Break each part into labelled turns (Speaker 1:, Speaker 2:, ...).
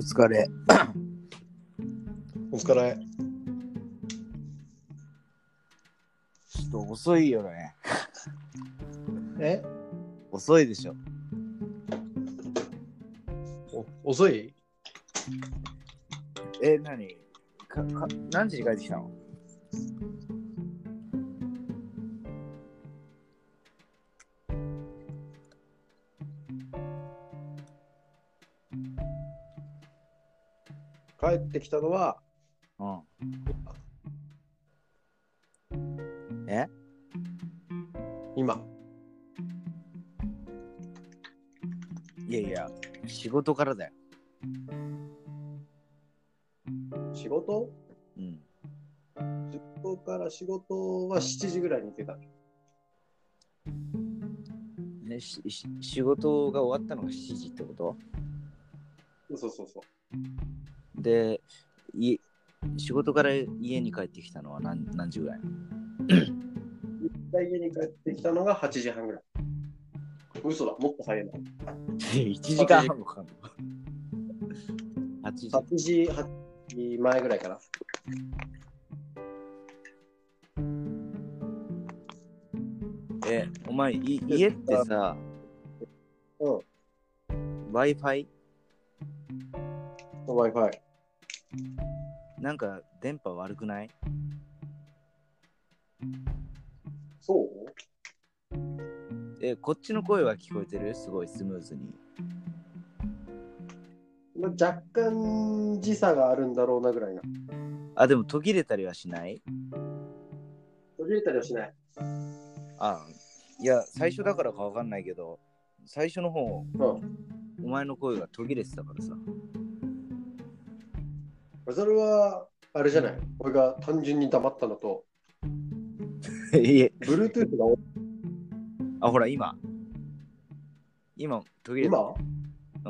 Speaker 1: 疲れ。
Speaker 2: お疲れ。
Speaker 1: ちょっと遅いよね。
Speaker 2: え
Speaker 1: 遅いでしょ。
Speaker 2: お遅い
Speaker 1: え、何かか何時に帰ってきたの
Speaker 2: 帰ってきたのは、
Speaker 1: うん。え
Speaker 2: 今。
Speaker 1: いやいや、仕事からだよ。
Speaker 2: 仕事
Speaker 1: うん。
Speaker 2: 仕事から仕事は7時ぐらいに出た。
Speaker 1: ね、しし仕事が終わったのが7時ってこと
Speaker 2: そうそうそう。
Speaker 1: で、い仕事から家に帰ってきたのは何何時ぐ らい
Speaker 2: 一回家に帰ってきたのが8時半ぐらい。嘘だ、もっと早いな。
Speaker 1: ?1 時間半もかかんの。8時。
Speaker 2: 8時、8時前ぐらいかな。
Speaker 1: え、お前、い家ってさ、
Speaker 2: うん。
Speaker 1: Wi-Fi?
Speaker 2: Wi-Fi。
Speaker 1: なんか電波悪くない
Speaker 2: そう
Speaker 1: え、こっちの声は聞こえてるすごいスムーズに。
Speaker 2: まあ、若干時差があるんだろうなぐらいな。
Speaker 1: あ、でも途切れたりはしない
Speaker 2: 途切れたりはしない。
Speaker 1: あいや、最初だからかわかんないけど、最初の方、
Speaker 2: うん。
Speaker 1: お前の声が途切れてたからさ。
Speaker 2: それは、あれじゃない。俺が単純に黙ったのと、
Speaker 1: いえ、
Speaker 2: Bluetooth が
Speaker 1: あ、ほら、今。今、途切れた。
Speaker 2: 今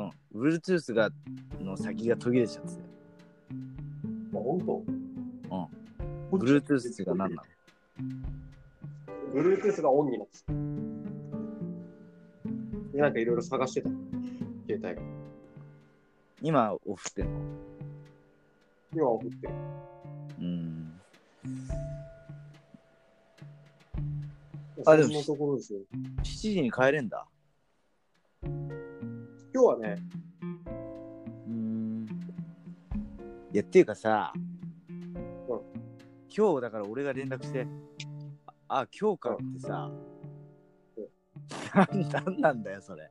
Speaker 1: うん。Bluetooth が、の先が途切れちゃってたよ。
Speaker 2: あ、本当
Speaker 1: うん。Bluetooth が何な
Speaker 2: ?Bluetooth がオンになってたでなんかいろいろ探してた。携帯が。
Speaker 1: の今、オフってんの
Speaker 2: 今送ってる。
Speaker 1: うん。あでも
Speaker 2: そんなところですよ。
Speaker 1: 7時に帰れんだ。
Speaker 2: 今日はね、
Speaker 1: うん。いや、っていうかさ、
Speaker 2: うん
Speaker 1: 今日だから俺が連絡して、あ、あ今日かってさ、なんなんなんだよ、それ。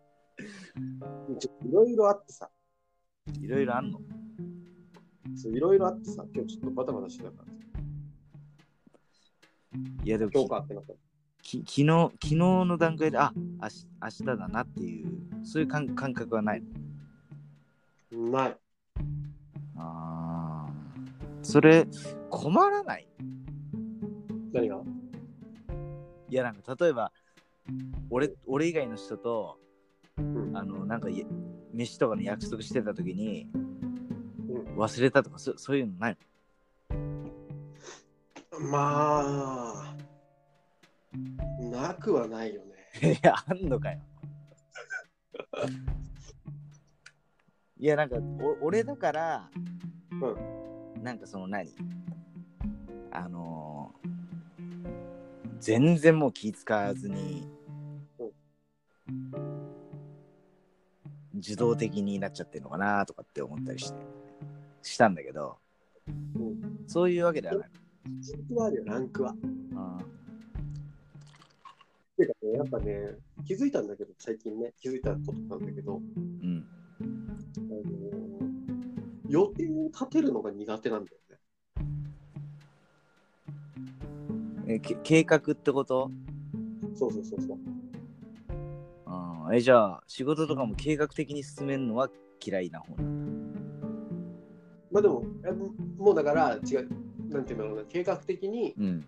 Speaker 2: ちょっといろいろあってさ、
Speaker 1: いろいろあんの
Speaker 2: そういろいろあってさ、今日ちょっとバタバタしてたから、
Speaker 1: いや、でも
Speaker 2: 今日かってなった。
Speaker 1: き昨日、昨日の段階で、あ、明日明日だなっていう、そういう感感覚はない。
Speaker 2: ない。
Speaker 1: ああ。それ、困らない
Speaker 2: 何が
Speaker 1: いや、なんか、例えば、俺、俺以外の人と、
Speaker 2: ん
Speaker 1: あの、なんかい、飯とかの約束してた時に、
Speaker 2: う
Speaker 1: 忘れたとか、そそういうのない
Speaker 2: まあ、なくはないよね。
Speaker 1: の いや、あんのかよ。いや、なんか、お俺だから、なんかその何あのー全然もう気使わずに
Speaker 2: う、
Speaker 1: 受動的になっちゃってるのかなとかって思ったりして、したんだけど、
Speaker 2: うん
Speaker 1: そういうわけではない。
Speaker 2: ランクはあるよ、ランクは。
Speaker 1: うん
Speaker 2: ていうかね、やっぱね、気づいたんだけど、最近ね、気づいたことなんだけど、
Speaker 1: うん。
Speaker 2: あのー予定を立てるのが苦手なんだよね。
Speaker 1: えけ計画ってこと
Speaker 2: そうそうそうそう。
Speaker 1: うん。え、じゃあ、仕事とかも計画的に進めるのは嫌いな方なの
Speaker 2: まあでも、あのもうだから、違う、なんていうんだろうな、計画的に
Speaker 1: うん。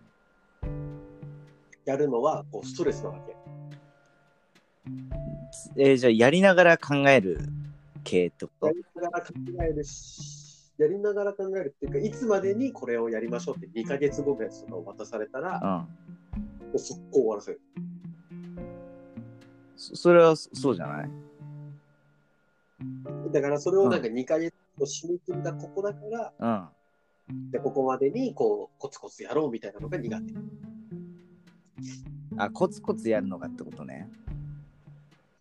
Speaker 2: やるのはこうストレスなわけ。
Speaker 1: えじゃあ、やりながら考える系ってこと
Speaker 2: やりながら考えるし、やりながら考えるっていうか、いつまでにこれをやりましょうって2ヶ月後のやつとかを渡された
Speaker 1: う
Speaker 2: ら、
Speaker 1: ん。
Speaker 2: もう速攻終わらせる。
Speaker 1: そそれはそそうじゃない
Speaker 2: だからそれをなんか2ヶ月もう締め切りがここだから、
Speaker 1: うん。
Speaker 2: でここまでにこうコツコツやろうみたいなのが苦手。
Speaker 1: あ、コツコツやるのかってことね。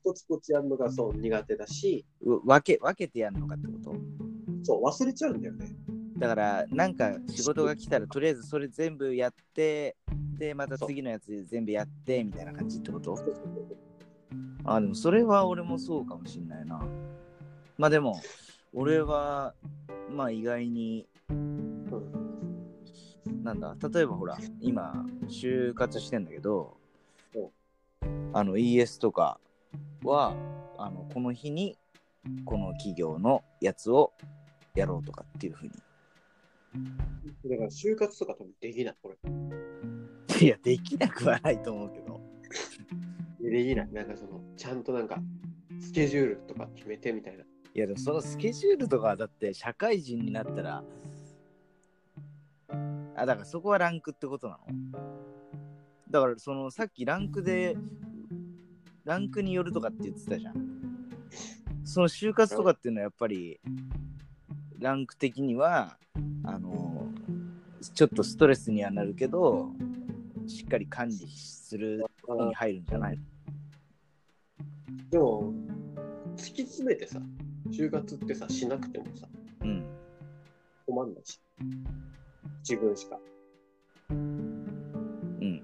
Speaker 2: コツコツやるのがそう苦手だし、
Speaker 1: う分け、分けてやるのかってこと
Speaker 2: そう忘れちゃうんだよね。
Speaker 1: だから、なんか仕事が来たら、とりあえずそれ全部やって、で、また次のやつ全部やって、みたいな感じってことあ、でもそれは俺もそうかもしんないな。まあでも、俺は、まあ意外に、
Speaker 2: うん
Speaker 1: なんだ、例えばほら、今、就活してんだけど、あの ES とかは、あのこの日に、この企業のやつをやろうとかっていうふうに。
Speaker 2: だから就活とか多分できない、こ
Speaker 1: いや、できなくはないと思うけど。
Speaker 2: れ。できない。なんかその、ちゃんとなんか、スケジュールとか決めてみたいな。
Speaker 1: いや、でもそのスケジュールとかはだって、社会人になったら、あ、だからそこはランクってことなのだから、そのさっきランクで、ランクによるとかって言ってたじゃん。その就活とかっていうのはやっぱり、ランク的には、あの、ちょっとストレスにはなるけど、しっかり管理することに入るんじゃないの
Speaker 2: でも、突き詰めてさ、就活ってさ、しなくてもさ、
Speaker 1: うん。
Speaker 2: 困んないし。自分しか。
Speaker 1: うん。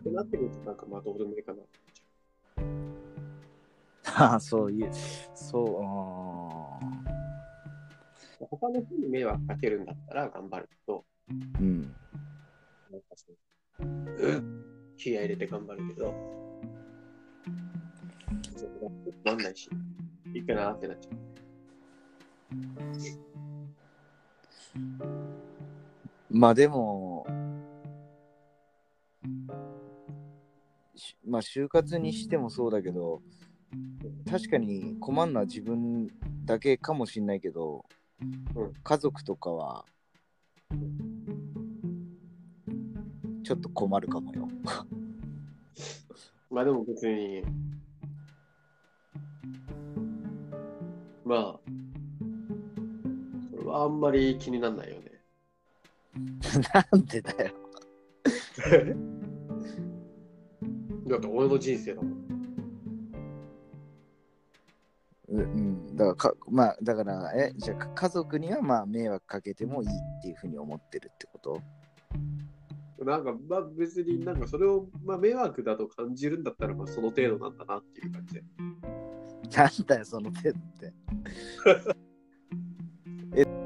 Speaker 2: ってなってくると、なんかまあどうでもいいかな。
Speaker 1: ああ、そういう、そう、あ
Speaker 2: 他の人に迷惑かけるんだったら頑張るけど、
Speaker 1: ーうん。
Speaker 2: なんかその、うん、気合い入れて頑張るけど、なんないし、いいかなってなっちゃう。
Speaker 1: まあでも、しまあ就活にしてもそうだけど、確かに困るのは自分だけかもしれないけど、
Speaker 2: うん
Speaker 1: 家族とかは、ちょっと困るかもよ。
Speaker 2: まあでも別に、まあ、それはあんまり気にならないよね。
Speaker 1: なんでだよ。
Speaker 2: だって俺の人生だもん。
Speaker 1: ううん、だからか、まあ、だから、え、じゃあか家族にはまあ迷惑かけてもいいっていうふうに思ってるってこと
Speaker 2: なんか、まあ別になんかそれを、まあ迷惑だと感じるんだったら、まあその程度なんだなっていう感じで。
Speaker 1: なんだよ、その手って。え、